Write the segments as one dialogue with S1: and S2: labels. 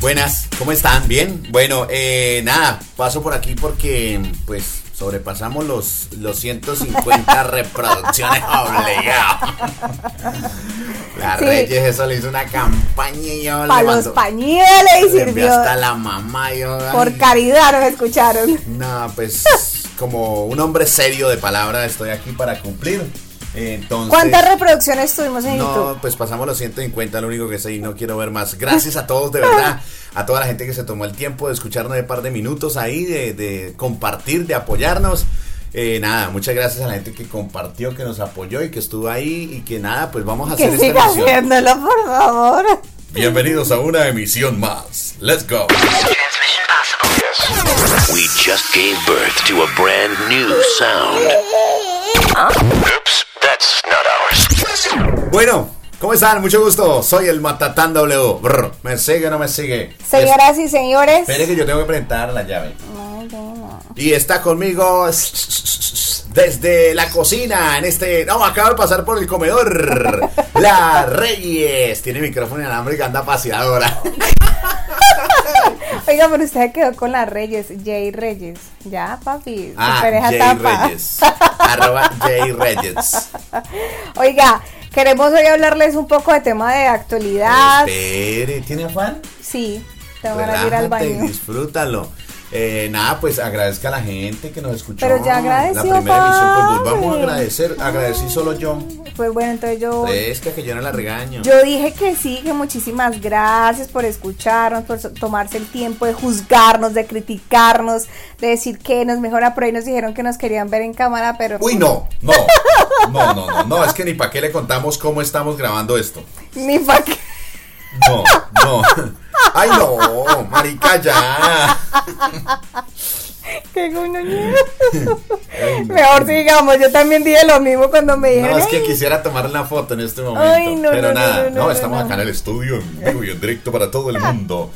S1: Buenas, ¿cómo están? ¿Bien? Bueno, eh, nada, paso por aquí porque pues sobrepasamos los, los 150 reproducciones obligadas. La
S2: Sí.
S1: Reyes eso le hizo una campaña y yo
S2: Para
S1: le
S2: los
S1: mandó-
S2: pañales
S1: le envió
S2: sirvió.
S1: hasta la mamá y yo, ay,
S2: Por caridad nos escucharon.
S1: Nada, pues como un hombre serio de palabra estoy aquí para cumplir. Entonces,
S2: ¿Cuántas reproducciones tuvimos en
S1: No,
S2: YouTube?
S1: pues pasamos los 150, lo único que sé y no quiero ver más. Gracias a todos, de verdad, a toda la gente que se tomó el tiempo de escucharnos de par de minutos ahí, de, de compartir, de apoyarnos. Eh, nada, muchas gracias a la gente que compartió, que nos apoyó y que estuvo ahí y que nada, pues vamos a hacer
S2: Que
S1: esta
S2: siga
S1: emisión.
S2: haciéndolo, por favor.
S1: Bienvenidos a una emisión más. Let's go.
S3: We just gave birth to a brand new sound. Oops, that's not ours.
S1: Bueno, ¿cómo están? Mucho gusto. Soy el Matatán W. Brr, ¿Me sigue o no me sigue?
S2: Señoras y señores.
S1: Espere que yo tengo que presentar la llave.
S2: Ay, bueno.
S1: Y está conmigo desde la cocina, en este... No, acabo de pasar por el comedor. La Reyes. Tiene micrófono inalámbrico, anda paseadora.
S2: Oiga, pero usted se quedó con las Reyes, Jay Reyes. Ya, papi.
S1: Ah,
S2: supere esa
S1: Jay
S2: etapa.
S1: Reyes. Arroba Jay Reyes.
S2: Oiga, queremos hoy hablarles un poco de tema de actualidad.
S1: Espere, ¿tiene afán?
S2: Sí, tengo ganas de ir al
S1: Relájate y
S2: baño.
S1: disfrútalo. Eh, nada, pues agradezca a la gente que nos escuchó.
S2: Pero ya agradeció,
S1: La primera emisión, pues vamos a
S2: Pablo.
S1: agradecer. Agradecí solo yo.
S2: Pues bueno, entonces yo.
S1: Fresca, que yo no la regaño.
S2: Yo dije que sí, que muchísimas gracias por escucharnos, por so- tomarse el tiempo de juzgarnos, de criticarnos, de decir que nos mejora. Por ahí nos dijeron que nos querían ver en cámara, pero
S1: Uy, no, no, no, no, no, no, es que ni para qué le contamos cómo estamos grabando esto.
S2: ni pa' qué.
S1: No, no. Ay, no, marica, ya.
S2: qué gonorrea. Mejor digamos, yo también dije lo mismo cuando me dijeron.
S1: No, es que
S2: "Ay,
S1: quisiera tomar la foto en este momento.
S2: Ay, no,
S1: pero
S2: no, no,
S1: nada,
S2: no, no, no,
S1: estamos
S2: no.
S1: acá en el estudio en vivo y en directo para todo el mundo.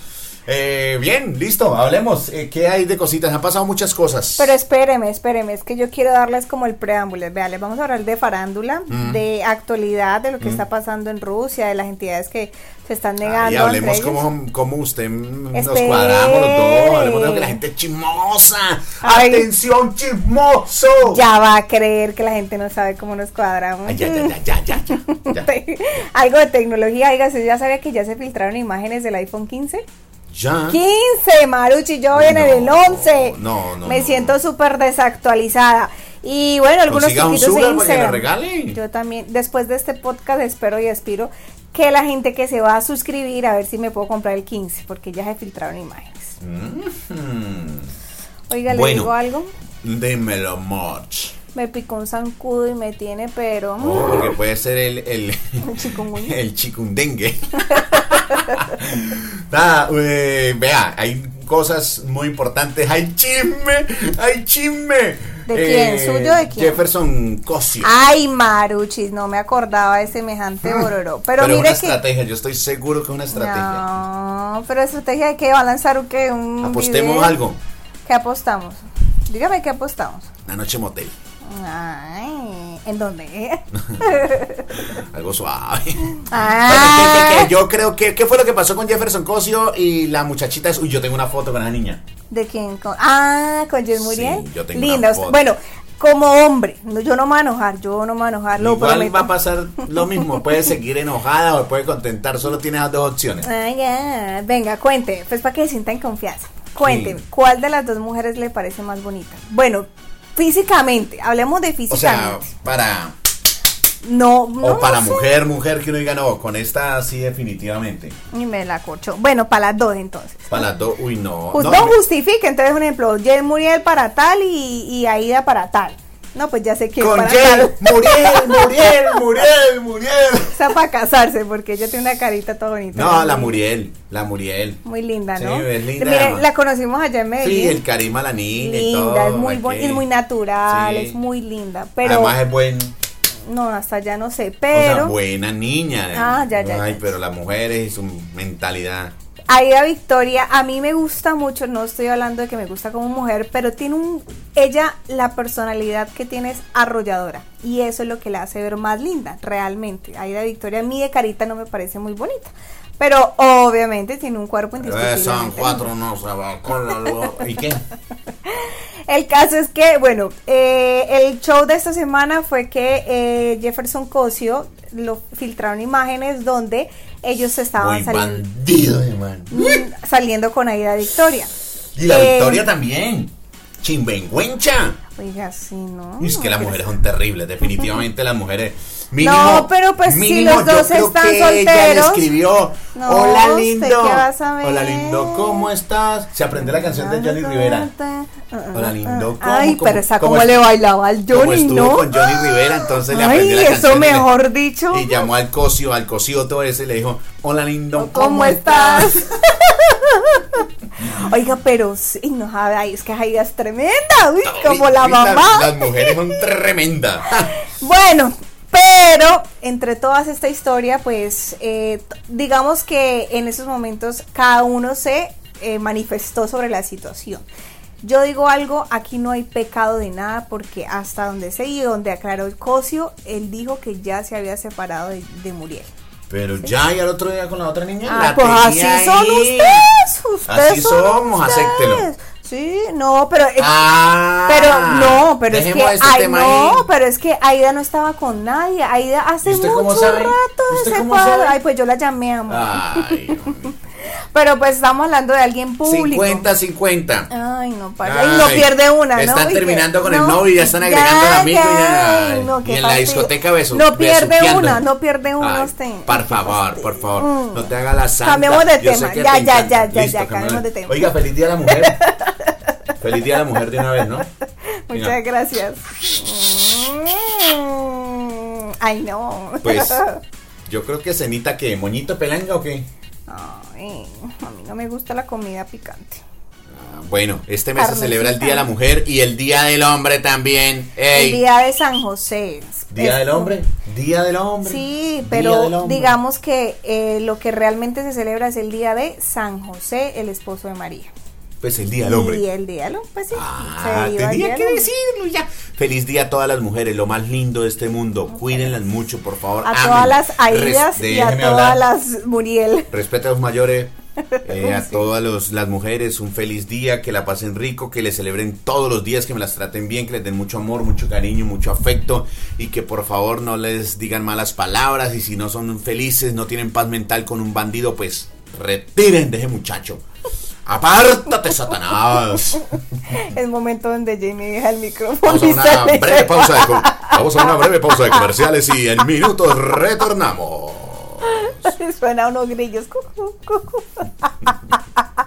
S1: Eh, bien, listo, hablemos. Eh, ¿Qué hay de cositas? Han pasado muchas cosas.
S2: Pero espéreme, espéreme, es que yo quiero darles como el preámbulo. Vea, les vamos a hablar de farándula,
S1: Mm.
S2: de actualidad, de lo que está pasando en Rusia, de las entidades que se están negando.
S1: y
S2: entre
S1: hablemos
S2: ellos.
S1: cómo, cómo usted mm, nos
S2: Espere.
S1: cuadramos los dos. Hablemos de lo que la gente es chismosa.
S2: Ay.
S1: ¡Atención, chismoso!
S2: Ya va a creer que la gente no sabe cómo nos cuadramos.
S1: Ay, Ah, ya, ya, ya, ya, ya, ya.
S2: Te- Algo de tecnología, oiga, ¿usted ya sabía que ya se filtraron imágenes del iPhone 15?
S1: Ya.
S2: 15, Maruchi, yo voy en
S1: Ah. No,
S2: el 11.
S1: no, no,
S2: Me
S1: no,
S2: siento súper desactualizada. Y bueno, algunos
S1: Consiga un
S2: truquitos
S1: sugar
S2: en
S1: para que le
S2: Instagram.
S1: regale.
S2: Yo también, después de este podcast, espero y espero que la gente que se va a suscribir, a ver si me puedo comprar el 15, porque ya se filtraron imágenes.
S1: Mm.
S2: Oiga, le
S1: Bueno.
S2: digo algo.
S1: Dímelo, March.
S2: Me picó un zancudo y me tiene, pero.
S1: Porque puede ser el, el,
S2: Ah. chikungunya.
S1: el chikundengue. Nada, eh, vea, hay cosas muy importantes. ¡Hay chisme! ¡Hay chisme! Eh,
S2: ¿De quién? ¿Suyo de quién? Ah,
S1: Jefferson Cosio.
S2: Ay, Maruchis, no me acordaba de semejante bororó.
S1: pero
S2: Pero,
S1: es
S2: mire
S1: una
S2: que.
S1: estrategia, yo estoy seguro que es una estrategia.
S2: No, pero estrategia de que va a lanzar un que un
S1: Apostemos
S2: video.
S1: algo.
S2: ¿Qué apostamos? Dígame qué apostamos.
S1: La noche motel.
S2: Ay, ¿en dónde?
S1: Algo suave.
S2: Ah,
S1: Bueno, que- que- que
S2: Ay,
S1: yo creo que. ¿Qué fue lo que pasó con Jefferson Cosio y la muchachita? Es, uy, yo tengo una foto con esa niña.
S2: ¿De quién? Con- ah, con Jess
S1: Sí,
S2: Muriel.
S1: yo tengo
S2: Linda.
S1: una
S2: usted-
S1: foto.
S2: bueno, como hombre, no, yo no me voy a enojar, yo no me voy a enojar, lo
S1: Igual
S2: prometo.
S1: va a pasar lo mismo. Puede seguir enojada o puede contentar. Solo tiene esas dos opciones.
S2: Ay, Ah, ya. Venga, cuente, pues para que se sienta en confianza. Cuénteme,
S1: Sí.
S2: ¿cuál de las dos mujeres le parece más bonita? Bueno, físicamente, hablemos de
S1: O sea,
S2: físicamente.
S1: para.
S2: no, no.
S1: o para
S2: sé.
S1: mujer, mujer que uno diga, no, con esta sí, definitivamente.
S2: Y me la corchó. Bueno, para las dos entonces.
S1: Para las dos, uy, no.
S2: Pues
S1: no,
S2: no,
S1: me-
S2: justifica, entonces un ejemplo, Jay Muriel para tal y, y Aida para tal. No, pues ya sé quién
S1: con
S2: para
S1: Jay,
S2: tal.
S1: Muriel, Muriel, Muriel, Muriel.
S2: O sea, para casarse, porque ella tiene una carita toda bonita.
S1: No, la
S2: Muy-
S1: Muriel, la Muriel.
S2: Muy linda,
S1: Sí,
S2: ¿no?
S1: es linda,
S2: Mire,
S1: además.
S2: la conocimos allá en Medellín.
S1: Sí, el carisma de la niña y todo.
S2: linda, es muy,
S1: hay
S2: bon-
S1: que-
S2: es muy natural,
S1: Sí.
S2: es muy linda. Pero,
S1: Además es buen.
S2: no, hasta allá no sé,
S1: O sea,
S2: pero...
S1: buena niña.
S2: Ah, ya, ya,
S1: Ay,
S2: ya.
S1: pero las mujeres y su mentalidad.
S2: Aida Victoria, a mí me gusta mucho, no estoy hablando de que me gusta como mujer, pero tiene un, ella la personalidad que tiene es arrolladora y eso es lo que la hace ver más linda, realmente. Aida Victoria, a mí de carita no me parece muy bonita, pero obviamente tiene un cuerpo indiscutible.
S1: San cuatro no se va con la luz. ¿Y qué?
S2: El caso es que, bueno, eh, el show de esta semana fue que eh, Jefferson Cosio lo filtraron imágenes donde ellos estaban
S1: Muy
S2: saliendo,
S1: bandido, hermano.
S2: mm, saliendo con Aida Victoria.
S1: Y la
S2: Eh,
S1: victoria también. Chimbenguencha.
S2: Oiga, sí, ¿no?
S1: Y Es que las mujeres son terribles, definitivamente las mujeres.
S2: No, pero pues si
S1: mínimo,
S2: los dos
S1: yo creo
S2: están
S1: que Ella le
S2: solteros.
S1: escribió,
S2: No,
S1: hola
S2: ¿usted
S1: lindo,
S2: qué va a saber?
S1: hola lindo, ¿cómo estás? Se aprende la canción de Johnny Rivera. Hola, lindo, ¿cómo,
S2: Ah, Ay,
S1: cómo,
S2: pero esa
S1: cómo
S2: como
S1: es-
S2: le bailaba al
S1: Como
S2: Johnny,
S1: estuvo
S2: ¿no?
S1: con Johnny Rivera, entonces le
S2: Ay,
S1: aprendió la
S2: eso
S1: canción y le-
S2: mejor dicho.
S1: Y llamó al cosio, al cosio todo ese y le dijo, hola lindo,
S2: ¿Cómo, estás? Oiga, pero sí, no, ay, es que Jaida es tremenda, uy, como
S1: Uy,
S2: la
S1: uy, las-
S2: mamá.
S1: Las, mujeres son tremendas.
S2: Bueno, pero entre todas esta historia, pues eh, t- digamos que en esos momentos cada uno se eh, manifestó sobre la situación. Yo digo algo, aquí no hay pecado de nada porque hasta donde se y donde aclaró el Cosio, él dijo que ya se había separado de, de Muriel.
S1: Pero ya, y al otro día con la otra niña.
S2: Ah,
S1: la
S2: pues así
S1: tenía
S2: son
S1: ahí.
S2: ustedes, ustedes
S1: Así
S2: son
S1: somos, acéptelo.
S2: ustedes. Sí, no, pero eh,
S1: Ah,
S2: pero no, pero es que
S1: dejemos ese
S2: ay,
S1: tema
S2: no,
S1: ahí.
S2: pero es que Aida no estaba con nadie. Aida hace
S1: ¿Y usted cómo
S2: mucho
S1: sabe?
S2: rato
S1: ¿Y usted
S2: de
S1: cómo
S2: separado.
S1: sabe? Ah.
S2: Ay, pues yo la llamé, amor.
S1: Ay,
S2: Pero pues estamos hablando de alguien público.
S1: 50-50.
S2: Ay, no, para. Y no
S1: Ay,
S2: pierde una, ¿no?
S1: Ah, Están
S2: Uy, que-
S1: terminando con el
S2: no,
S1: novio y ya están agregando al amigo. Y, ya-
S2: ay, no,
S1: y
S2: qué
S1: en la
S2: fastidio.
S1: discoteca beso.
S2: No pierde
S1: besuqueando.
S2: una, no pierde una
S1: Ay,
S2: usted.
S1: Por favor, por favor. No te hagas la santa.
S2: Cambiemos Mm. de
S1: Yo sé
S2: tema.
S1: que te
S2: Ya, ya,
S1: encanta.
S2: ya, ya,
S1: Listo,
S2: ya,
S1: cambiemos
S2: cambiemos de tema.
S1: Oiga, feliz día a la mujer. feliz día a la mujer de una vez, ¿no?
S2: Muchas
S1: Venga.
S2: gracias. Mm, Ay, no.
S1: Pues yo creo que cenita que moñito pelanga o qué?
S2: Ay, a mí no me gusta la comida picante.
S1: Ah, Bueno, este mes se
S2: Carnecita.
S1: celebra el Día de la Mujer y el Día del Hombre también. Ey,
S2: El día de San José.
S1: Día
S2: Es-
S1: del Hombre, Día del Hombre.
S2: Sí,
S1: Día del
S2: pero
S1: Hombre.
S2: digamos que eh, lo que realmente se celebra es el día de San José, el esposo de María.
S1: Pues el Día del Hombre.
S2: Y el día del hombre, pues sí.
S1: Ah,
S2: se dio al Día
S1: tenía
S2: del
S1: que
S2: Hombre.
S1: decirlo ya. Feliz día a todas las mujeres, lo más lindo de este mundo. Cuídenlas mucho, por favor.
S2: A
S1: ámenlas.
S2: todas las
S1: Ah, Res-
S2: Aidas y a
S1: déjenme
S2: todas
S1: hablar.
S2: las Muriel.
S1: Respeta a los mayores, eh, a
S2: Sí.
S1: todas los- las mujeres, un feliz día, que la pasen rico, que le celebren todos los días, que me las traten bien, que les den mucho amor, mucho cariño, mucho afecto y que por favor no les digan malas palabras y si no son felices, no tienen paz mental con un bandido, pues retiren de ese muchacho. Apártate, Satanás.
S2: Es momento donde Jamie deja el micrófono.
S1: Vamos a
S2: y
S1: una
S2: sale.
S1: breve pausa de, co- vamos a una breve pausa de comerciales y en minutos retornamos.
S2: Suena unos grillos. Cu, cu, cu, cu.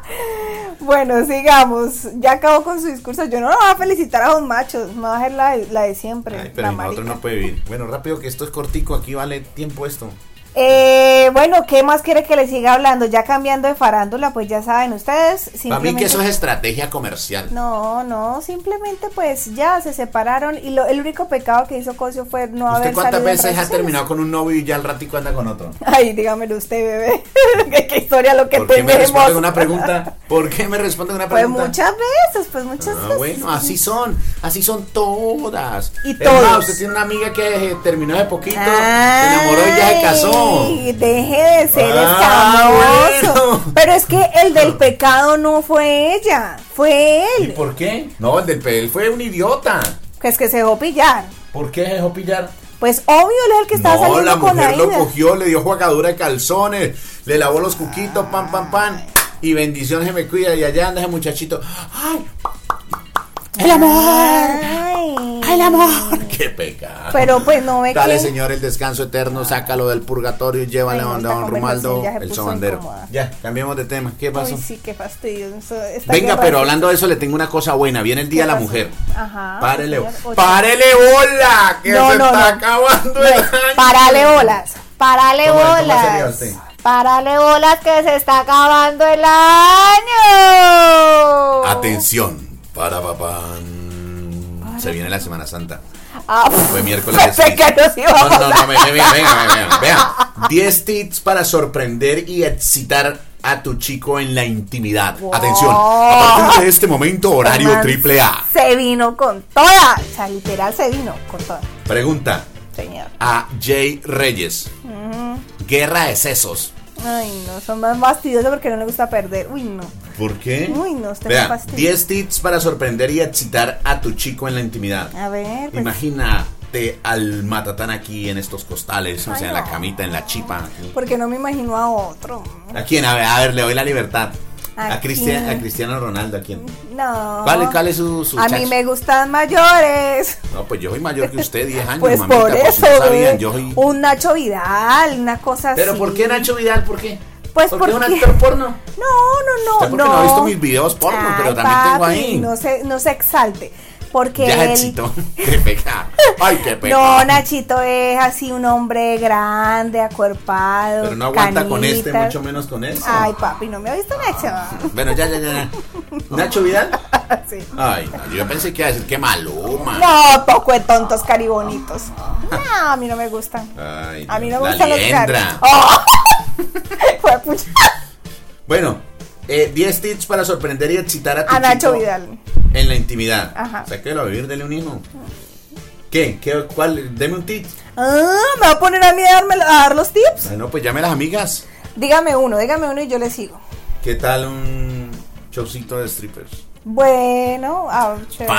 S2: bueno, sigamos. Ya acabó con su discurso. Yo no lo voy a felicitar a los machos. Me va a hacer la, de- la de siempre.
S1: Ay,
S2: la
S1: pero nosotros
S2: marica.
S1: no puede vivir. Bueno, rápido que esto es cortico, aquí vale tiempo esto.
S2: Eh, bueno, ¿qué más quiere que le siga hablando? Ya cambiando de farándula, pues ya saben ustedes.
S1: Para mí que
S2: simplemente-
S1: eso es estrategia comercial.
S2: No, no, simplemente pues ya se separaron y lo, el único pecado que hizo Cosio fue no
S1: ¿Usted
S2: haber
S1: cuántas
S2: salido en
S1: veces
S2: redes
S1: ha terminado
S2: sociales.
S1: con un novio y ya al ratico anda con otro?
S2: Ay, dígamelo usted, bebé. ¿Qué, qué historia lo que
S1: ¿Por qué me responden
S2: tenemos.
S1: una pregunta? ¿Por qué me responden una
S2: Pues
S1: pregunta?
S2: muchas veces, pues muchas
S1: Ah,
S2: veces.
S1: bueno, así son, así son todas.
S2: Y
S1: Es más,
S2: todos.
S1: usted tiene una amiga que eh, terminó de poquito, se
S2: Ay,
S1: enamoró y ya se casó.
S2: Deje de ser
S1: Ah,
S2: escamoso.
S1: bueno. Ah.
S2: Pero es que el del pecado no fue ella, fue
S1: ¿Y
S2: él.
S1: por qué? No, el del PL fue un idiota.
S2: Pues que se dejó pillar.
S1: ¿Por qué se dejó pillar?
S2: Pues obvio, él es el que estaba
S1: no,
S2: saliendo
S1: la
S2: con
S1: mujer lo
S2: Aida.
S1: cogió, le dio jugadura de calzones, le lavó los cuquitos, pam, pam, pam. Y bendiciones se me cuida. Y allá anda ese muchachito. ¡Ay! ¡El amor!
S2: Ay.
S1: ¡El amor! ¡Qué pecado!
S2: Pero pues no ve
S1: Dale,
S2: que-
S1: señor, el descanso eterno, sácalo del purgatorio, llévale
S2: Ay, no,
S1: a
S2: esta
S1: don
S2: conversación
S1: Romaldo,
S2: ya se
S1: el
S2: puso
S1: sobandero.
S2: incómoda.
S1: Ya, cambiemos de tema. ¿Qué pasó?
S2: Uy, sí, qué fastidio. eso está
S1: Venga,
S2: bien
S1: pero
S2: raro.
S1: hablando de eso, le tengo una cosa buena. Viene el Día de la
S2: pasó?
S1: Mujer.
S2: Ajá,
S1: Párele,
S2: señor, ocho.
S1: párele bola, que
S2: No,
S1: se
S2: no,
S1: está
S2: no.
S1: acabando
S2: No
S1: el
S2: es,
S1: año.
S2: Parale Pues, bolas, parale
S1: ¿Cómo es? ¿Cómo sería
S2: bolas.
S1: usted?
S2: Parale bolas que se está acabando el año.
S1: Atención, para papá. Se viene la Semana Santa.
S2: Ah, pff,
S1: Fue miércoles.
S2: Pensé
S1: de tips.
S2: que nos
S1: no,
S2: íbamos
S1: no, no, venga, venga, venga, venga, venga. 10 tips para sorprender y excitar a tu chico en la intimidad. Atención, a partir de este momento, horario
S2: Man,
S1: triple A.
S2: Se vino con toda. O sea, literal se vino con toda.
S1: Pregunta
S2: Señor.
S1: a Jay Reyes. Guerra de sesos.
S2: Ay, no, son más fastidiosos porque no le gusta perder. Uy, no.
S1: ¿Por qué?
S2: Uy, no, usted me
S1: Vea,
S2: fastidia.
S1: 10 tips para sorprender y excitar a tu chico en la intimidad.
S2: A ver, pues.
S1: Imagínate al matatán aquí en estos costales, o
S2: Ay,
S1: sea, en la
S2: no.
S1: camita, en la chipa. aquí.
S2: Porque no me imagino a otro.
S1: ¿A quién? A ver, a ver, le doy la libertad. A,
S2: ¿A
S1: Cristian-
S2: quién?
S1: a Cristiano Ronaldo, ¿a quién?
S2: No.
S1: ¿Cuál, cuál es su, su
S2: A
S1: chacho?
S2: mí me gustan mayores.
S1: No, pues yo soy mayor que usted, 10 años,
S2: Pues
S1: mamita,
S2: por
S1: si
S2: eso,
S1: no sabían,
S2: güey.
S1: yo soy...
S2: un Nacho Vidal, una cosa así.
S1: Pero ¿por qué Nacho Vidal? ¿Por qué?
S2: Pues
S1: ¿Por qué un
S2: porque-
S1: actor porno?
S2: No, no, no.
S1: Usted porque no ha visto mis videos porno,
S2: Ay,
S1: pero también tengo
S2: papi,
S1: ahí.
S2: No se, no se exalte. Porque
S1: Ya
S2: él-
S1: éxito. Qué pecado. Ay, qué pecado.
S2: No, Nachito es así un hombre grande, acuerpado.
S1: Pero no aguanta con este,
S2: canitas.
S1: mucho menos con eso.
S2: Ay, papi, no me ha visto Nacho.
S1: Bueno, ya, ya, ya. ya. ¿Nacho Vidal?
S2: Sí.
S1: Ay, no, yo pensé que iba a decir que maluma.
S2: No, poco de tontos caribonitos. No, a mí no me gustan.
S1: Ay,
S2: A mí no me
S1: Ah, la
S2: gustan los
S1: liendra.
S2: cari- Oh. Fue pucha.
S1: Bueno, eh, 10 tips para sorprender y excitar a tu
S2: A Nacho
S1: chico
S2: Vidal.
S1: En la intimidad.
S2: Ajá.
S1: Sáquelo a vivir, dele un hijo. ¿Qué? ¿Qué? ¿Cuál? Deme un tip.
S2: Ah, me va a poner a mí a, darme- a dar los tips.
S1: Bueno, pues llame a las amigas.
S2: Dígame uno, dígame uno y yo le sigo.
S1: ¿Qué tal un showcito de strippers?
S2: Bueno, ah, chévere.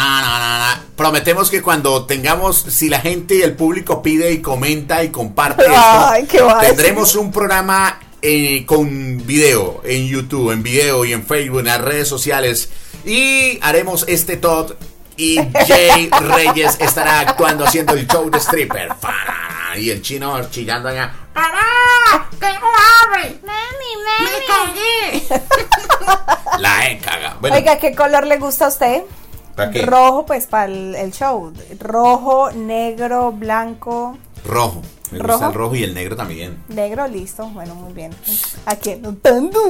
S1: Parararara. Prometemos que cuando tengamos, si la gente y el público pide y comenta y comparte
S2: Ay,
S1: esto,
S2: qué guay.
S1: tendremos un programa eh, con video en YouTube, en video y en Facebook, en las redes sociales y haremos este tot y Jay Reyes estará actuando haciendo el show de stripper. Pararara. Y el chino chillando allá. ¡Pará! ¡Tengo hambre! ¡Me cagué! La he cagado. Bueno,
S2: Oiga, ¿qué color le gusta a usted?
S1: ¿pa' qué?
S2: Rojo, pues para el, el show. Rojo, negro, blanco,
S1: Rojo. Me gusta
S2: ¿Rojo?
S1: el rojo y el negro también.
S2: negro, listo. Bueno, muy bien. Aquí anotando.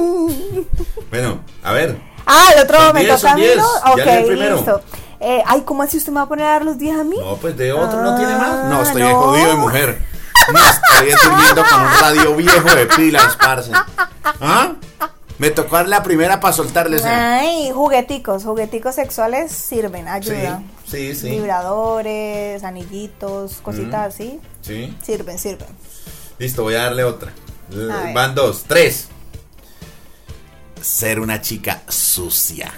S1: Bueno, a ver.
S2: Ah, el otro
S1: Son
S2: me
S1: diez,
S2: toca
S1: son
S2: a mí,
S1: diez.
S2: ¿no?
S1: Ya leí el
S2: Ok,
S1: primero.
S2: listo. Eh, ay, ¿cómo así usted me va a poner a dar los 10 a mí?
S1: No, pues de otro no
S2: Ah,
S1: tiene más. No, estoy
S2: no.
S1: jodido de mujer. No, estoy durmiendo con un radio viejo de pilas, parce. ¿Ah? Me tocó dar la primera para soltarles.
S2: Ay, jugueticos, jugueticos sexuales sirven,
S1: Sí,
S2: ayuda.
S1: sí, sí.
S2: Vibradores, anillitos, cositas así.
S1: Sí.
S2: Sirven, sirven.
S1: Listo, voy a darle otra. L-
S2: A ver.
S1: Van dos, tres. Ser una chica sucia.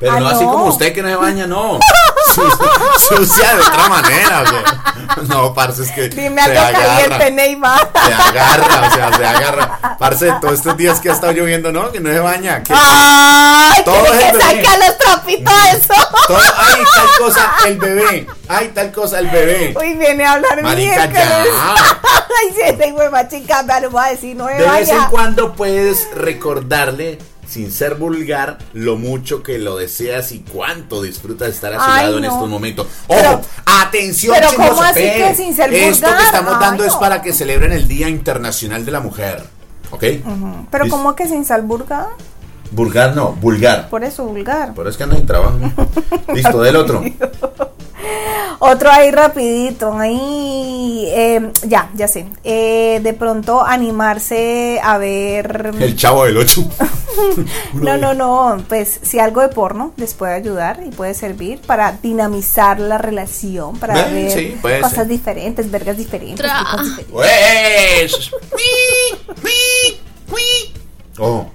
S1: Pero
S2: Ah,
S1: no, así
S2: no.
S1: como usted que no se baña, no. Su- sucia de otra manera, o sea. No, parce, es que.
S2: Dime
S1: se
S2: algo
S1: agarra.
S2: caliente, Neymar.
S1: Se agarra, o sea, se agarra. Parce, todos estos días que ha estado lloviendo, ¿no? Que no se baña. Que
S2: ¡Ay!
S1: Todo
S2: Tiene
S1: es
S2: que
S1: de
S2: sacar los trapitos de eso.
S1: todo- ay, tal cosa, el bebé. Ay, tal cosa, el bebé.
S2: Uy, viene a hablar
S1: Marica,
S2: miércoles.
S1: ya.
S2: Ay, si esta hueva chica me lo va a decir, no me
S1: De vez en
S2: vaya.
S1: cuando puedes recordarle, sin ser vulgar, lo mucho que lo deseas y cuánto disfrutas de estar a su
S2: Ay,
S1: lado en
S2: no.
S1: estos momentos. Ojo,
S2: Pero-
S1: atención,
S2: pero
S1: chismoso,
S2: ¿cómo así
S1: ve,
S2: que sin ser
S1: Esto
S2: vulgar?
S1: que estamos
S2: Ay,
S1: dando es
S2: no.
S1: para que celebren el Día Internacional de la Mujer. ¿Ok?
S2: Mm, Pero
S1: Listo.
S2: ¿cómo que sin salburga?
S1: Vulgar no, vulgar.
S2: Por eso, vulgar.
S1: Pero es que anda sin trabajo. Listo, del otro.
S2: Otro ahí rapidito, ahí, eh, ya, ya sé. Eh, de pronto animarse a ver...
S1: El chavo del 8.
S2: No, no, no, pues si algo de porno les puede ayudar y puede servir para dinamizar la relación, para
S1: Ven,
S2: ver
S1: sí, puede
S2: cosas
S1: ser.
S2: diferentes, vergas diferentes. tipos diferentes.
S1: Pues, Ojo,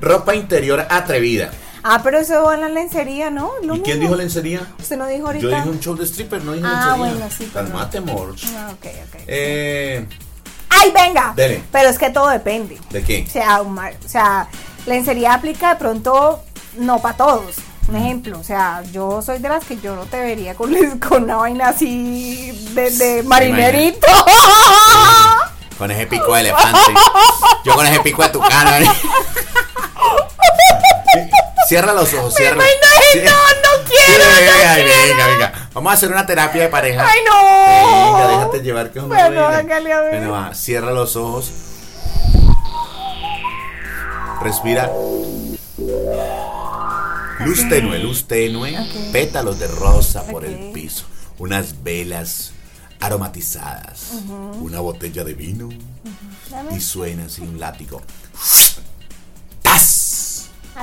S1: ropa interior atrevida.
S2: Ah, pero eso va en la lencería, ¿no? Lo
S1: ¿Y quién
S2: mismo.
S1: dijo lencería?
S2: Usted no dijo
S1: Yo
S2: ahorita.
S1: dije un show de stripper, no dije
S2: Ah,
S1: lencería.
S2: bueno, sí, perdón.
S1: Calmate, Morch.
S2: Ah, ok, ok.
S1: Eh,
S2: ¡Ay, venga!
S1: Dele.
S2: Pero es que todo depende.
S1: ¿De qué?
S2: O sea, un mar- o sea, lencería aplica de pronto no para todos. Un ejemplo, o sea, yo soy de las que yo no te vería con, les- con una vaina así de, de marinerito.
S1: Con ese pico de elefante. Yo con ese pico de tu cara. Cierra los ojos, cierra.
S2: Ay, no,
S1: Cier-
S2: no, no quiero.
S1: Ay,
S2: no
S1: ay,
S2: quiero.
S1: venga, venga. Vamos a hacer una terapia de pareja.
S2: Ay, no.
S1: Venga, déjate llevar que es una
S2: Bueno,
S1: buena.
S2: hágale, a ver.
S1: Bueno, va, cierra los ojos. Respira. Luz tenue, luz tenue, pétalos de rosa por el
S2: Ok.
S1: piso, unas velas aromatizadas, una botella de vino
S2: Dame.
S1: y suena así un látigo.
S2: a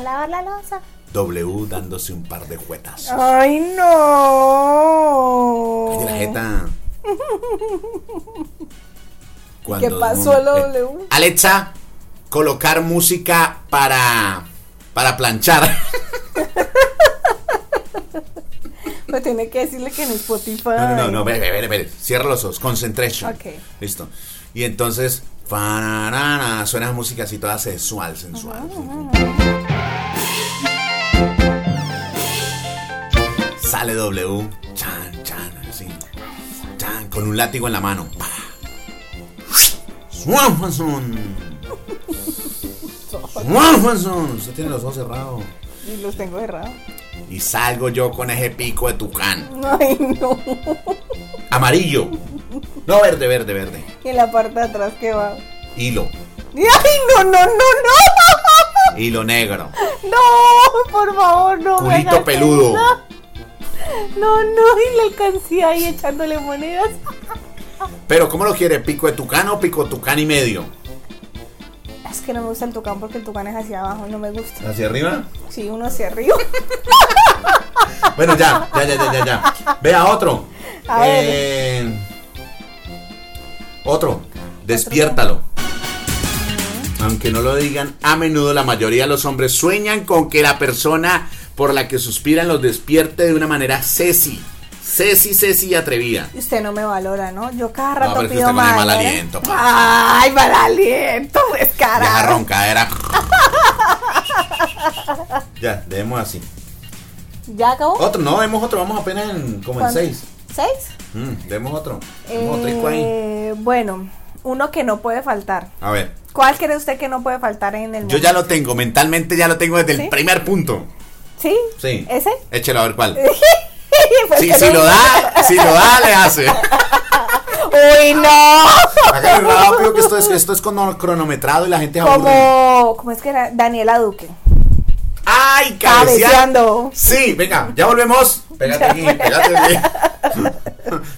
S2: lavar la losa.
S1: W dándose un par de juetas.
S2: Ay, no.
S1: De la jeta. Cuando
S2: pasó
S1: uno- Eh,
S2: la W?
S1: Alexa, colocar música para para planchar.
S2: Pero tiene que decirle que en Spotify.
S1: No, no, no, no, ve, ve, ve, ve, cierra los ojos, concentration.
S2: Ok.
S1: Listo. Y entonces, fanarana, suena la música así toda sensual, sensual. Sale W, chan, chan, así. Chan, con un látigo en la mano. Pa. Swanson. Swanson. Usted tiene los ojos cerrados.
S2: Y los tengo cerrados.
S1: Y salgo yo con ese pico de tucán.
S2: Ay, no.
S1: Amarillo. No, verde, verde, verde.
S2: Y en la parte de atrás que va.
S1: Hilo.
S2: Ay, no, no, no, no.
S1: Hilo negro.
S2: No, por favor, no. me
S1: Culito
S2: hagas
S1: peludo.
S2: eso. No, no, y le alcancé ahí echándole monedas.
S1: Pero ¿cómo lo quiere? ¿Pico de tucán o pico tucán y medio?
S2: Es que no me gusta el tucán porque el tucán es hacia abajo y no me gusta.
S1: ¿Hacia arriba?
S2: Sí, uno hacia arriba.
S1: Bueno, ya, ya, ya, ya, ya, ya. Vea otro.
S2: A ver.
S1: Eh, otro. Despiértalo. Aunque no lo digan, a menudo la mayoría de los hombres sueñan con que la persona por la que suspiran los despierte de una manera ceci. Ceci, ceci y atrevida.
S2: Y Usted no me valora, ¿no? Yo cada
S1: No,
S2: rato
S1: pero es que
S2: pido
S1: usted con el
S2: más.
S1: mal
S2: ¿eh?
S1: aliento, pues. pa.
S2: Ay, mal aliento,
S1: Ya
S2: descarado.
S1: roncadera. Ya, dejemos así.
S2: ¿Ya acabó?
S1: Otro, no, vemos otro, vamos apenas en, como en
S2: ¿Cuánto?
S1: seis.
S2: ¿Seis?
S1: Mm, demos otro. Demos otro disco ahí.
S2: Eh, bueno, uno que no puede faltar.
S1: A ver,
S2: ¿Cuál cree usted que no puede faltar en el
S1: yo ya lo tengo, mentalmente ya lo tengo desde
S2: ¿Sí?
S1: el primer punto.
S2: ¿Sí?
S1: Sí.
S2: ¿Ese? Eh,
S1: Échelo a ver cuál.
S2: Pues
S1: Sí,
S2: que
S1: si
S2: no-
S1: lo da, si lo da, le hace.
S2: ¡Uy, no!
S1: Hágale rápido que esto es, esto es cono- cronometrado y la gente se aburre.
S2: Como, ¿cómo es que era? Daniela Duque.
S1: ¡Ay, cabeceando!
S2: Cabeceando.
S1: Sí, venga, ya volvemos. Pégate aquí, pégate aquí.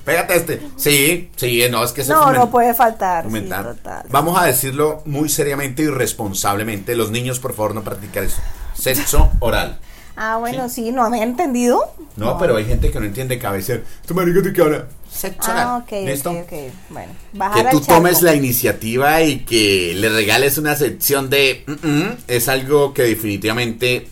S1: pégate a este. Sí, sí, no, es que se
S2: No, no puede faltar. sí,
S1: Aumentar.
S2: total.
S1: Vamos a decirlo muy seriamente y responsablemente. Los niños, por favor, no practicar eso. Sexo oral.
S2: Ah, bueno, sí, no había entendido.
S1: No, pero hay gente que no entiende cabecear. ¿Tu marica de qué habla? Sexo oral.
S2: Ah, ok,
S1: ¿Listo?
S2: ok, ok. Bueno, bajar
S1: Que
S2: al
S1: tú
S2: charco.
S1: tomes la iniciativa y que le regales una sección de "Mm, mm", es algo que definitivamente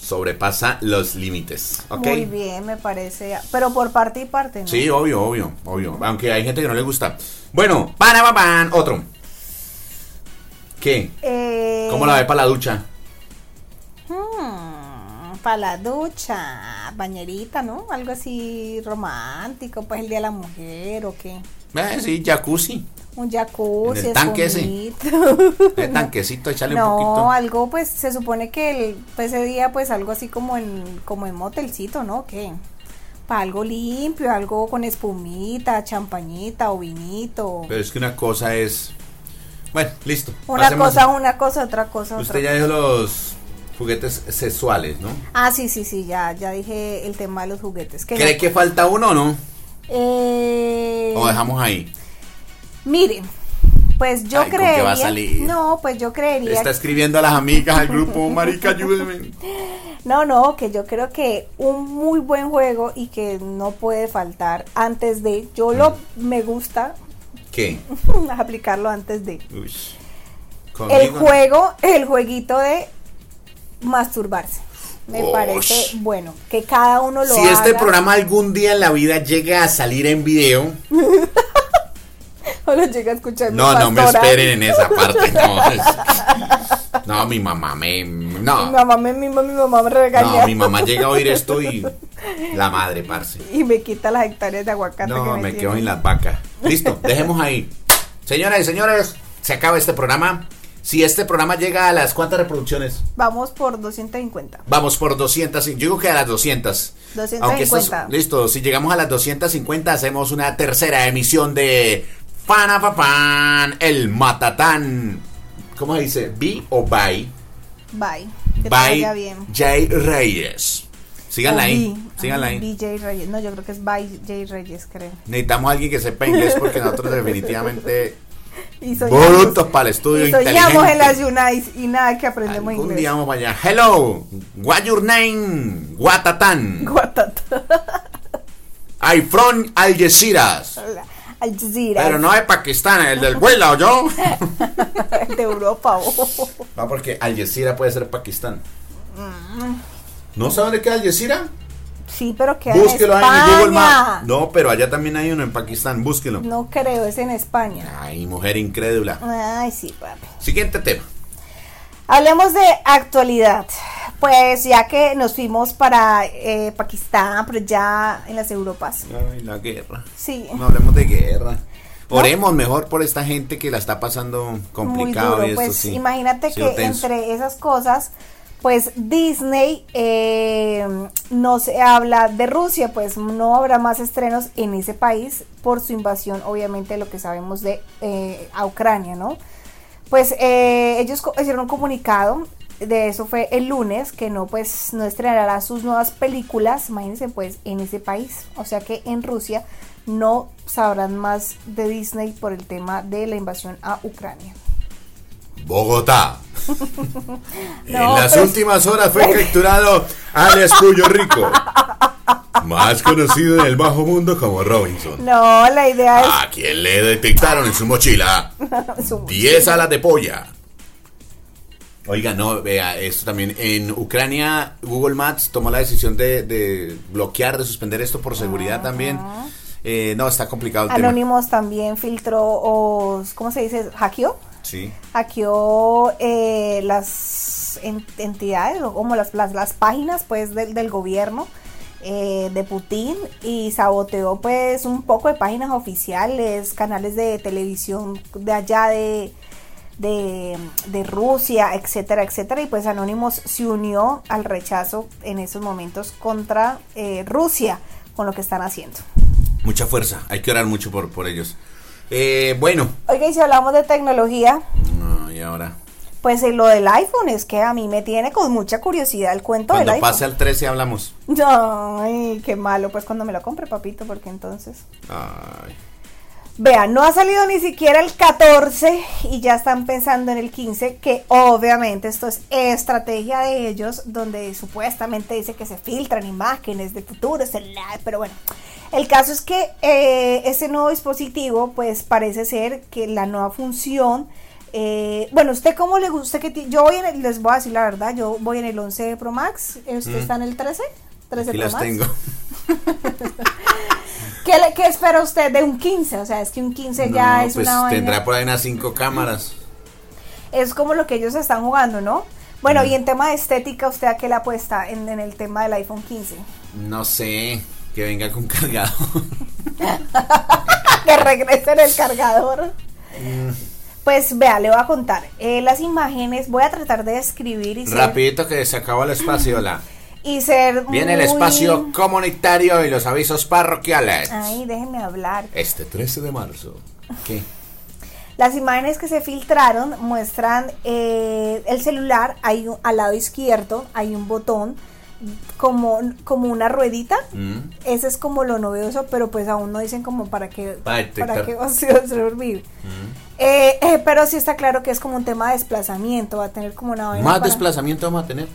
S1: sobrepasa los límites. ¿Ok?
S2: Muy bien, me parece. Pero por parte y parte, ¿no?
S1: Sí, obvio, obvio, obvio. Aunque hay gente que no le gusta. Bueno, para, pa, pan, otro. ¿Qué?
S2: Eh,
S1: ¿Cómo la ve para la ducha?
S2: Para hmm, la ducha, bañerita, ¿no? Algo así romántico, pues el Día de la Mujer o qué.
S1: Eh, sí, jacuzzi.
S2: Un jacuzzi.
S1: En el tanque ese.
S2: espumita.
S1: El tanquecito, échale un
S2: No,
S1: poquito.
S2: algo pues se supone que el, pues, ese día pues algo así como en como en motelcito, ¿no? Que para algo limpio, algo con espumita, champañita o vinito.
S1: Pero es que una cosa es. Bueno, listo.
S2: Una
S1: pasemos.
S2: cosa, una cosa, otra cosa, otra.
S1: Usted ya dijo los juguetes sexuales, ¿no?
S2: Ah, sí, sí, sí, ya ya dije el tema de los juguetes. Que
S1: ¿Cree que falta uno o no?
S2: Eh,
S1: O dejamos ahí.
S2: Miren, pues yo
S1: Ay, ¿con qué
S2: creería.
S1: va a salir?
S2: No, pues yo creería.
S1: Está escribiendo a las amigas, al grupo, marica, ayúdeme.
S2: No, no, que yo creo que un muy buen juego y que no puede faltar antes de. Yo lo me gusta
S1: ¿Qué?
S2: aplicarlo antes de.
S1: Uy.
S2: El
S1: Conmigo.
S2: juego, el jueguito de masturbarse. Me
S1: Ush.
S2: parece bueno que cada uno lo
S1: Si este
S2: haga.
S1: programa algún día en la vida llega a salir en video,
S2: o lo llega a escuchar mi
S1: no, no me
S2: pastora.
S1: esperen en esa parte. No, no mi mamá me.
S2: Mi
S1: No,
S2: mamá me mi, mamá- mi mamá me regaña
S1: no, mi mamá llega a oír esto y. La madre, parce.
S2: y me quita las hectáreas de aguacate que
S1: No,
S2: me,
S1: me
S2: tiene.
S1: quedo en las vacas. Listo, dejemos ahí. Señoras y señores, se acaba este programa. Si este programa llega a las cuantas reproducciones,
S2: Vamos por 250.
S1: vamos por 200. Yo digo que a las 200.
S2: 250.
S1: Aunque esto es- listo, si llegamos a las 250, hacemos una tercera emisión de Fanapapán, el Matatán. ¿Cómo se dice? ¿Bi o bye?
S2: Bye. Que te vaya
S1: Bye.
S2: bien.
S1: Jay Reyes. Síganla
S2: O
S1: ahí.
S2: B.
S1: Síganla
S2: Ay,
S1: ahí.
S2: BJ Reyes. No, yo creo que es by J Reyes, creo.
S1: Necesitamos a alguien que sepa inglés porque nosotros definitivamente
S2: y soñamos.
S1: Brutos para el estudio.
S2: y soñamos en las
S1: inteligente.
S2: Unites y nada que aprendemos
S1: Algún
S2: inglés.
S1: día vamos para allá. Hello, what your name? Guatatán.
S2: Guatata.
S1: I'm from Algeciras.
S2: Al Jazeera.
S1: Pero no de Pakistán, el del vuelo, yo.
S2: De Europa. oh.
S1: No, porque Algeciras puede ser Pakistán.
S2: Mm.
S1: ¿No saben de qué es Algeciras?
S2: Sí, pero que
S1: Búsquelo
S2: en
S1: ahí en Google
S2: España.
S1: Maps. No, pero allá también hay uno en Pakistán, búsquelo.
S2: No creo, es en España.
S1: Ay, mujer incrédula.
S2: Ay, sí, papi.
S1: Siguiente tema.
S2: Hablemos de actualidad. Pues ya que nos fuimos para eh, Pakistán, pero ya en las Europas.
S1: Ay, la guerra.
S2: Sí.
S1: No hablemos de guerra. Oremos mejor por esta gente que la está pasando complicado
S2: Muy
S1: y
S2: duro.
S1: esto
S2: Pues
S1: sí.
S2: imagínate
S1: Sí,
S2: que
S1: tenso.
S2: entre esas cosas, pues Disney eh, no se habla de Rusia, pues no habrá más estrenos en ese país por su invasión, obviamente, lo que sabemos de eh, a Ucrania, ¿no? Pues eh, ellos co- hicieron un comunicado. De eso fue el lunes, que no, pues, no estrenará sus nuevas películas, imagínense, pues, en ese país. O sea que en Rusia no sabrán más de Disney por el tema de la invasión a Ucrania.
S1: Bogotá. en
S2: No, pues.
S1: las
S2: pero-
S1: últimas horas fue capturado alias Cuyo Rico, más conocido en el bajo mundo como Robinson,
S2: No, la idea es
S1: a quien le detectaron en su mochila
S2: su-
S1: 10 alas de polla. Oiga, no, vea, esto también. En Ucrania, Google Maps tomó la decisión de, de bloquear, de suspender esto por seguridad también.
S2: Ah.
S1: Eh, no, está complicado el tema.
S2: Anonymous también filtró o ¿cómo se dice? hackeó,
S1: Sí.
S2: hackeó eh, las en- entidades o como las, las, las páginas pues del, del gobierno eh, de Putin y saboteó pues un poco de páginas oficiales, canales de televisión de allá de de, de Rusia, etcétera, etcétera. Y pues Anonymous se unió al rechazo en esos momentos contra eh, Rusia con lo que están haciendo.
S1: Mucha fuerza. Hay que orar mucho por, por ellos. Eh, bueno.
S2: Oiga, y si hablamos de tecnología,
S1: No, y ahora.
S2: pues eh, lo del iPhone es que a mí me tiene con mucha curiosidad el cuento del
S1: Cuando
S2: iPhone.
S1: pase al 13 hablamos.
S2: Ay, qué malo, pues cuando me lo compre, papito, porque entonces.
S1: Ay.
S2: Vea, no ha salido ni siquiera el 14 y ya están pensando en el 15, que obviamente esto es estrategia de ellos, donde supuestamente dice que se filtran imágenes de futuro, celular, pero bueno. El caso es que eh, este nuevo dispositivo, pues parece ser que la nueva función. eh, bueno, ¿usted cómo le gusta que ti- Yo voy en el- les voy a decir la verdad, yo voy en el 11 Pro Max, ¿usted
S1: Mm.
S2: está en el 13? 13
S1: Aquí
S2: Pro
S1: las
S2: Max.
S1: tengo.
S2: ¿Qué, le- qué espera usted de un 15? O sea, es que un 15 ya
S1: No,
S2: es
S1: pues
S2: una vaina-
S1: tendrá por ahí unas cinco cámaras.
S2: es como lo que ellos están jugando, ¿no? Bueno,
S1: Mm.
S2: y en tema de estética, ¿usted a qué le apuesta en, en el tema del iPhone 15?
S1: No sé. Que venga con cargador.
S2: que regresen el cargador.
S1: Mm.
S2: Pues vea, le voy a contar. Eh, las imágenes voy a tratar de describir y ser,
S1: Rapidito que se acabó el espacio, la.
S2: y ser
S1: Viene el
S2: muy-
S1: espacio comunitario y los avisos parroquiales.
S2: Ay, déjenme hablar.
S1: Este 13 de marzo. ¿Qué?
S2: Las imágenes que se filtraron muestran eh, el celular, hay un- al lado izquierdo hay un botón como, como una ruedita.
S1: Mm.
S2: Ese es como lo novedoso, pero pues aún no dicen como para qué
S1: Para detectar. Mm.
S2: para qué va a servir. Eh, eh, pero sí está claro que es como un tema de desplazamiento, va a tener como una vaina
S1: Más
S2: para-
S1: desplazamiento vamos a tener.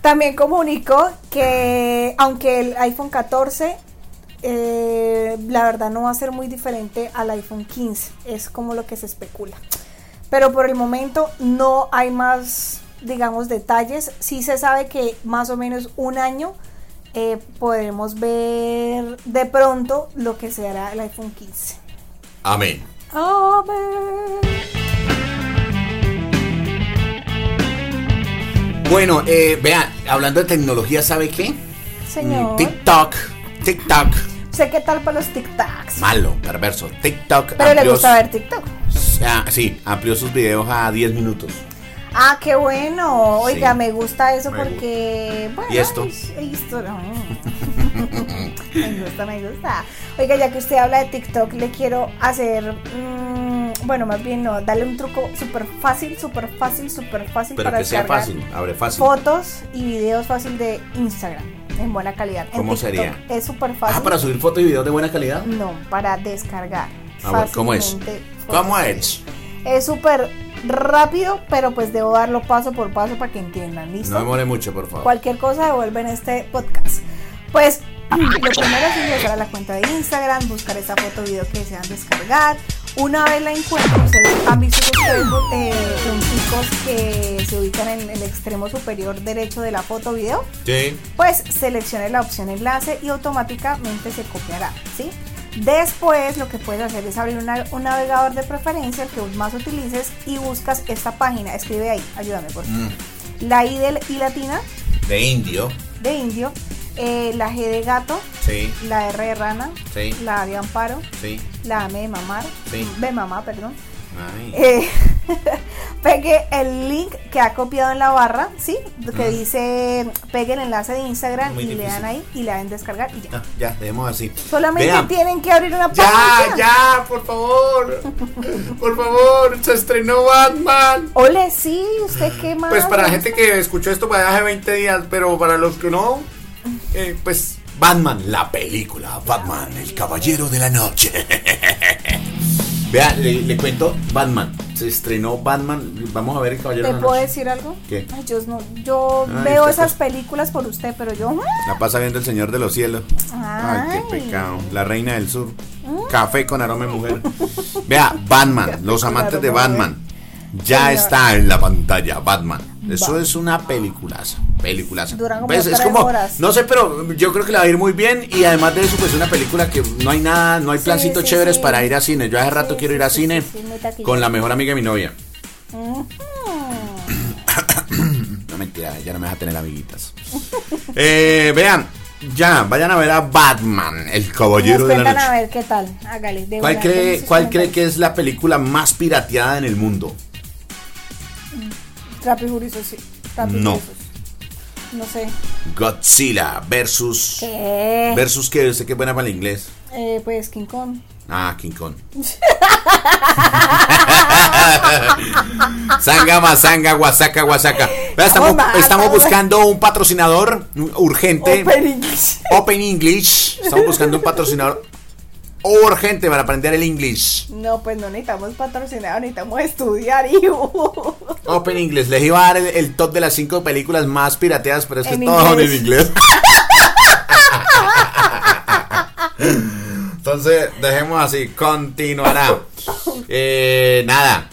S2: También comunicó que aunque el iPhone 14 eh, la verdad no va a ser muy diferente al iPhone 15, es como lo que se especula. Pero por el momento no hay más, digamos, detalles. Sí se sabe que más o menos un año eh, podremos ver de pronto lo que será el iPhone 15.
S1: Amén.
S2: Oh, Amén.
S1: Bueno, eh, vea, hablando de tecnología, ¿sabe qué?
S2: Señor.
S1: Mm, TikTok. TikTok.
S2: sé qué tal para los TikToks.
S1: Malo, perverso. TikTok.
S2: Pero le
S1: amplió
S2: gusta ver TikTok.
S1: su- ah, sí, amplió sus videos a 10 minutos.
S2: Ah, qué bueno. Oiga,
S1: Sí.
S2: me gusta eso
S1: Me
S2: porque. Bueno,
S1: ¿Y esto?
S2: ay, esto no. me gusta, me gusta. Oiga, ya que usted habla de TikTok, le quiero hacer. mm, bueno, más bien no, darle un truco súper fácil, súper fácil, súper fácil
S1: Pero que sea
S2: descargar
S1: fácil, abre fácil.
S2: Fotos y videos fácil de Instagram en buena calidad. En
S1: ¿Cómo
S2: TikTok
S1: sería?
S2: Es súper fácil.
S1: Ah, para subir fotos y videos de buena calidad.
S2: No, para descargar.
S1: A ver, Ah, ¿cómo es?
S2: fácilmente
S1: ¿Cómo
S2: posible.
S1: es?
S2: Es súper rápido, pero pues debo darlo paso por paso para que entiendan, ¿listo?
S1: No me more mucho, por favor.
S2: Cualquier cosa devuelven este podcast. Pues lo primero es ingresar a la cuenta de Instagram, buscar esa foto o video que desean descargar. Una vez la encuentren, ustedes han visto esos Facebook, eh, punticos que se ubican en el extremo superior derecho de la foto o video.
S1: Sí.
S2: Pues seleccione la opción enlace y automáticamente se copiará, ¿sí? Después lo que puedes hacer es abrir una- un navegador de preferencia, el que más utilices, y buscas esta página. Escribe ahí, ayúdame por favor.
S1: Mm,
S2: La I de, y latina
S1: De indio.
S2: de indio, eh, la G de gato,
S1: Sí,
S2: la R de rana,
S1: Sí.
S2: la A de amparo,
S1: sí.
S2: la M de mamar,
S1: Sí.
S2: de mamá, perdón.
S1: Ay.
S2: Eh, pegue el link que ha copiado en la barra, ¿sí? Que dice, pegue el enlace de Instagram
S1: Ah. Muy
S2: y le
S1: difícil.
S2: dan ahí y la den descargar y ya.
S1: Ah, ya, dejemos así.
S2: Solamente
S1: Vean.
S2: tienen que abrir una
S1: Ya,
S2: página.
S1: ya, por favor. Por favor, se estrenó Batman.
S2: Ole, sí, ¿usted qué más?
S1: Pues para la gente que escuchó esto para hace 20 días, pero para los que no, eh, pues Batman, la película, Batman, el caballero de la noche. Vea, le, le cuento Batman. Se estrenó Batman. Vamos a ver el caballero
S2: ¿Te
S1: de la
S2: puedo
S1: noche.
S2: decir algo?
S1: ¿Qué?
S2: Ay, yo no, yo
S1: Ay,
S2: veo
S1: usted
S2: esas
S1: pues-
S2: películas por usted, pero yo... mm,
S1: La pasa viendo el Señor de los Cielos. Ay, qué
S2: Ay. Mm.
S1: pecado. La reina del sur. Café con aroma de mujer. Vea, Batman, los
S2: con
S1: amantes de
S2: aroma de
S1: Batman. Ya
S2: Señor.
S1: está en la pantalla, Batman. Eso
S2: Batman.
S1: es una peliculaza. Peliculaza.
S2: Dura como
S1: Pues, es
S2: tres
S1: como,
S2: horas.
S1: no sé, pero yo creo que le va a ir muy bien. Y además de eso, pues una película que no hay nada, no hay
S2: Sí,
S1: plancitos
S2: sí,
S1: chéveres
S2: sí.
S1: para ir a cine. Yo hace rato
S2: Sí,
S1: quiero
S2: sí,
S1: ir a
S2: sí,
S1: cine
S2: sí, sí, muy taquillero.
S1: con la mejor amiga de mi novia.
S2: mm. Ujú.
S1: No mentira, ya no me deja tener amiguitas. Eh, vean, ya, vayan a ver a Batman, el
S2: Nos
S1: caballero de la
S2: cuentan
S1: noche.
S2: a ver qué tal. Hágale. de
S1: ¿Cuál
S2: una,
S1: cree,
S2: denos sus
S1: cuál cree
S2: comentarios.
S1: que es la película más pirateada en el mundo?
S2: Rápido y Furioso, sí. Rápido y
S1: No.
S2: Furioso. No sé.
S1: Godzilla versus.
S2: ¿Qué?
S1: Versus que yo sé que es buena para el inglés.
S2: Eh, pues King Kong.
S1: Ah, King Kong. Sanga, masanga, guasaca, guasaca. Vea, Estamos,
S2: Vamos, vamos.
S1: estamos buscando un patrocinador urgente.
S2: Open English.
S1: Open English. Estamos buscando un patrocinador urgente para aprender el inglés.
S2: No, pues no necesitamos patrocinado, necesitamos estudiar, hijo.
S1: Open English. Les iba a dar el, el top de las cinco películas más pirateadas, pero es que
S2: En
S1: todo
S2: inglés.
S1: en inglés. Entonces, dejemos así. Continuará. Eh, nada.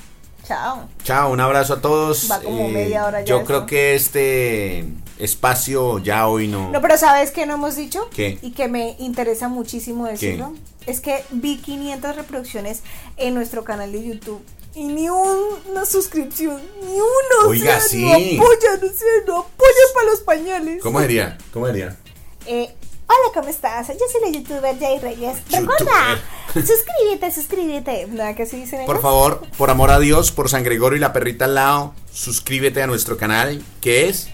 S2: Chao.
S1: Chao, un abrazo a todos. Eh,
S2: Va como media hora ya
S1: Yo
S2: eso.
S1: creo que este espacio ya hoy no.
S2: No, pero ¿sabes qué no hemos dicho?
S1: ¿Qué?
S2: Y que me interesa muchísimo decirlo. Es que vi 500 reproducciones en nuestro canal de YouTube. Y ni un- una suscripción, ni uno.
S1: Oiga,
S2: o sea,
S1: sí.
S2: No apoyan, o sea, no apoyan para los pañales.
S1: ¿Cómo sería? ¿Cómo sería?
S2: Eh, hola, ¿cómo estás? Yo soy la youtuber Jay Reyes. Recuerda, suscríbete, suscríbete. Nada que sí dicen ellos.
S1: Por favor, por amor a Dios, por San Gregorio y la perrita al lado, suscríbete a nuestro canal, que es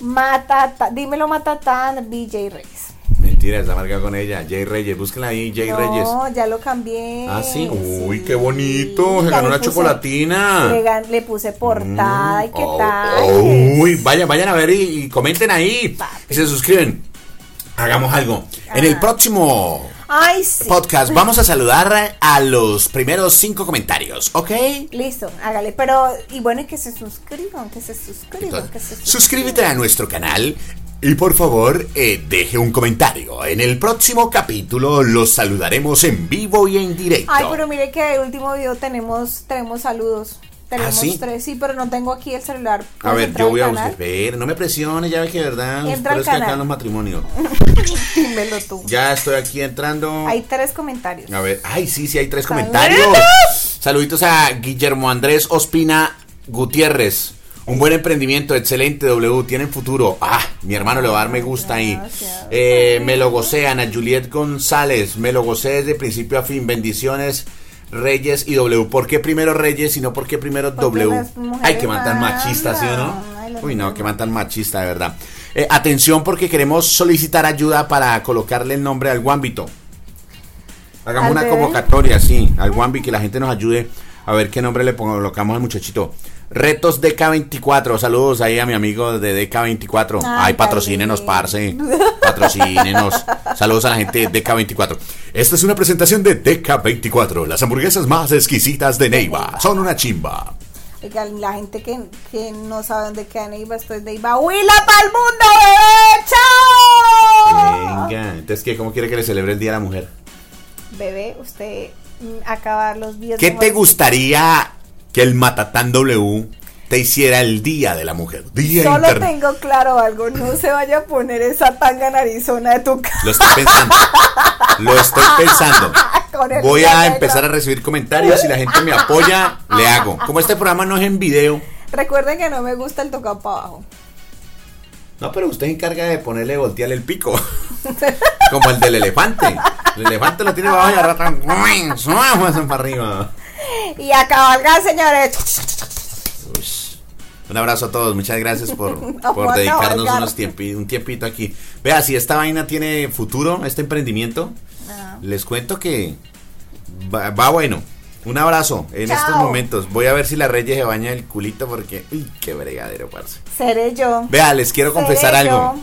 S2: Matata, dímelo Matatán, BJ Reyes.
S1: Mentira, está marcado con ella. Jay Reyes, búsquenla ahí, Jay
S2: no,
S1: Reyes.
S2: ya lo cambié.
S1: Ah, sí. Uy,
S2: sí.
S1: qué bonito. Se
S2: Ya
S1: ganó
S2: le
S1: una
S2: puse-
S1: chocolatina.
S2: Le, gan- le puse portada y qué
S1: Oh,
S2: tal.
S1: Uy, vayan, vayan a ver y, y comenten ahí. Y se suscriben. Hagamos algo. En el próximo
S2: Ay, Ah. sí.
S1: podcast vamos a saludar a los primeros cinco comentarios, ¿ok?
S2: Listo, hágale. Pero, y bueno, y que se suscriban, que se suscriban, que se
S1: Entonces,
S2: suscriban.
S1: suscríbete a nuestro canal. Y por favor, eh, deje un comentario. En el próximo capítulo los saludaremos en vivo y en directo.
S2: Ay, pero mire que el último video tenemos, tenemos saludos. Tenemos
S1: ¿Ah, ¿sí?
S2: tres, sí, pero no tengo aquí el celular.
S1: A
S2: ¿Puedes
S1: ver,
S2: entrar
S1: yo
S2: al
S1: voy a
S2: canal?
S1: buscar. Ver, no me presiones, ya ves que de verdad.
S2: Entra al
S1: pero es que acá
S2: canal.
S1: los matrimonios.
S2: Dímelo tú.
S1: Ya estoy aquí entrando.
S2: Hay tres comentarios.
S1: A ver, ay, sí, sí, hay tres
S2: Saludos.
S1: comentarios. Saluditos a Guillermo Andrés Ospina Gutiérrez. Un buen emprendimiento, excelente W, tienen futuro. Ah, mi hermano le va a dar me gusta ahí.
S2: Gracias.
S1: Eh, me lo gocé, Ana Juliet González. Me lo gocé desde principio a fin. Bendiciones, Reyes y W. ¿Por qué primero Reyes y no por qué primero
S2: Porque
S1: W?
S2: las mujeres
S1: Ay, que mandan
S2: mandan.
S1: machista, ¿sí o no?
S2: Ay, las
S1: Uy, no,
S2: mujeres
S1: que mandan machista, de verdad. Eh, atención, porque queremos solicitar ayuda para colocarle el nombre al guámbito. Hagamos
S2: Al
S1: una
S2: bebé.
S1: convocatoria, sí, al Wambi, que la gente nos ayude a ver qué nombre le pon- colocamos al muchachito. Retos DK24. Saludos ahí a mi amigo de DK24.
S2: Ay,
S1: Ay, patrocínenos,
S2: también.
S1: parce. Patrocínenos. Saludos a la gente de DK24. Esta es una presentación de DK24. Las hamburguesas más exquisitas de Neiva. Son una chimba.
S2: Oigan, la gente que, que no sabe dónde queda Neiva, esto es Neiva. ¡Huila para el mundo, bebé! ¡Chao!
S1: Venga, entonces, ¿qué? ¿cómo quiere que le celebre el Día de la Mujer?
S2: Pues Bebé, usted mm, acabar los 10
S1: ¿Qué te
S2: mejores-
S1: gustaría que el Matatán W te hiciera el Día de la Mujer? Día
S2: Solo
S1: Inter-
S2: tengo claro algo, no se vaya a poner esa tanga en Arizona de tu casa.
S1: Lo estoy pensando. Lo estoy pensando.
S2: Con el
S1: Voy
S2: día
S1: a
S2: negro.
S1: empezar a recibir comentarios. Si la gente me apoya, le hago. Como este programa no es en video.
S2: Recuerden que no me gusta el tocado para abajo.
S1: No, pero usted se encarga de ponerle voltearle el pico. Como el del elefante. El elefante lo tiene abajo y arrastran. para arriba.
S2: Y a cabalgar, señores.
S1: Ush. Un abrazo a todos, muchas gracias por,
S2: No,
S1: por
S2: no,
S1: dedicarnos
S2: Edgar.
S1: unos tiempi- un tiempito aquí. Vea, si esta vaina tiene futuro, este emprendimiento, les cuento que va, va bueno. Un abrazo en
S2: Chao.
S1: estos momentos. Voy a ver si la Reyes se baña el culito porque, uy, qué bregadero, parce.
S2: Seré yo.
S1: Vea, les quiero confesar
S2: Seré
S1: algo.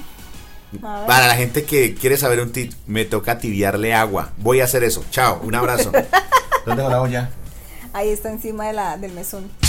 S2: yo. A ver.
S1: Para la gente que quiere saber un tip, me toca tibiarle agua. Voy a hacer eso. Chao, un abrazo. ¿Dónde va la olla?
S2: Ahí está encima de la, del mesón.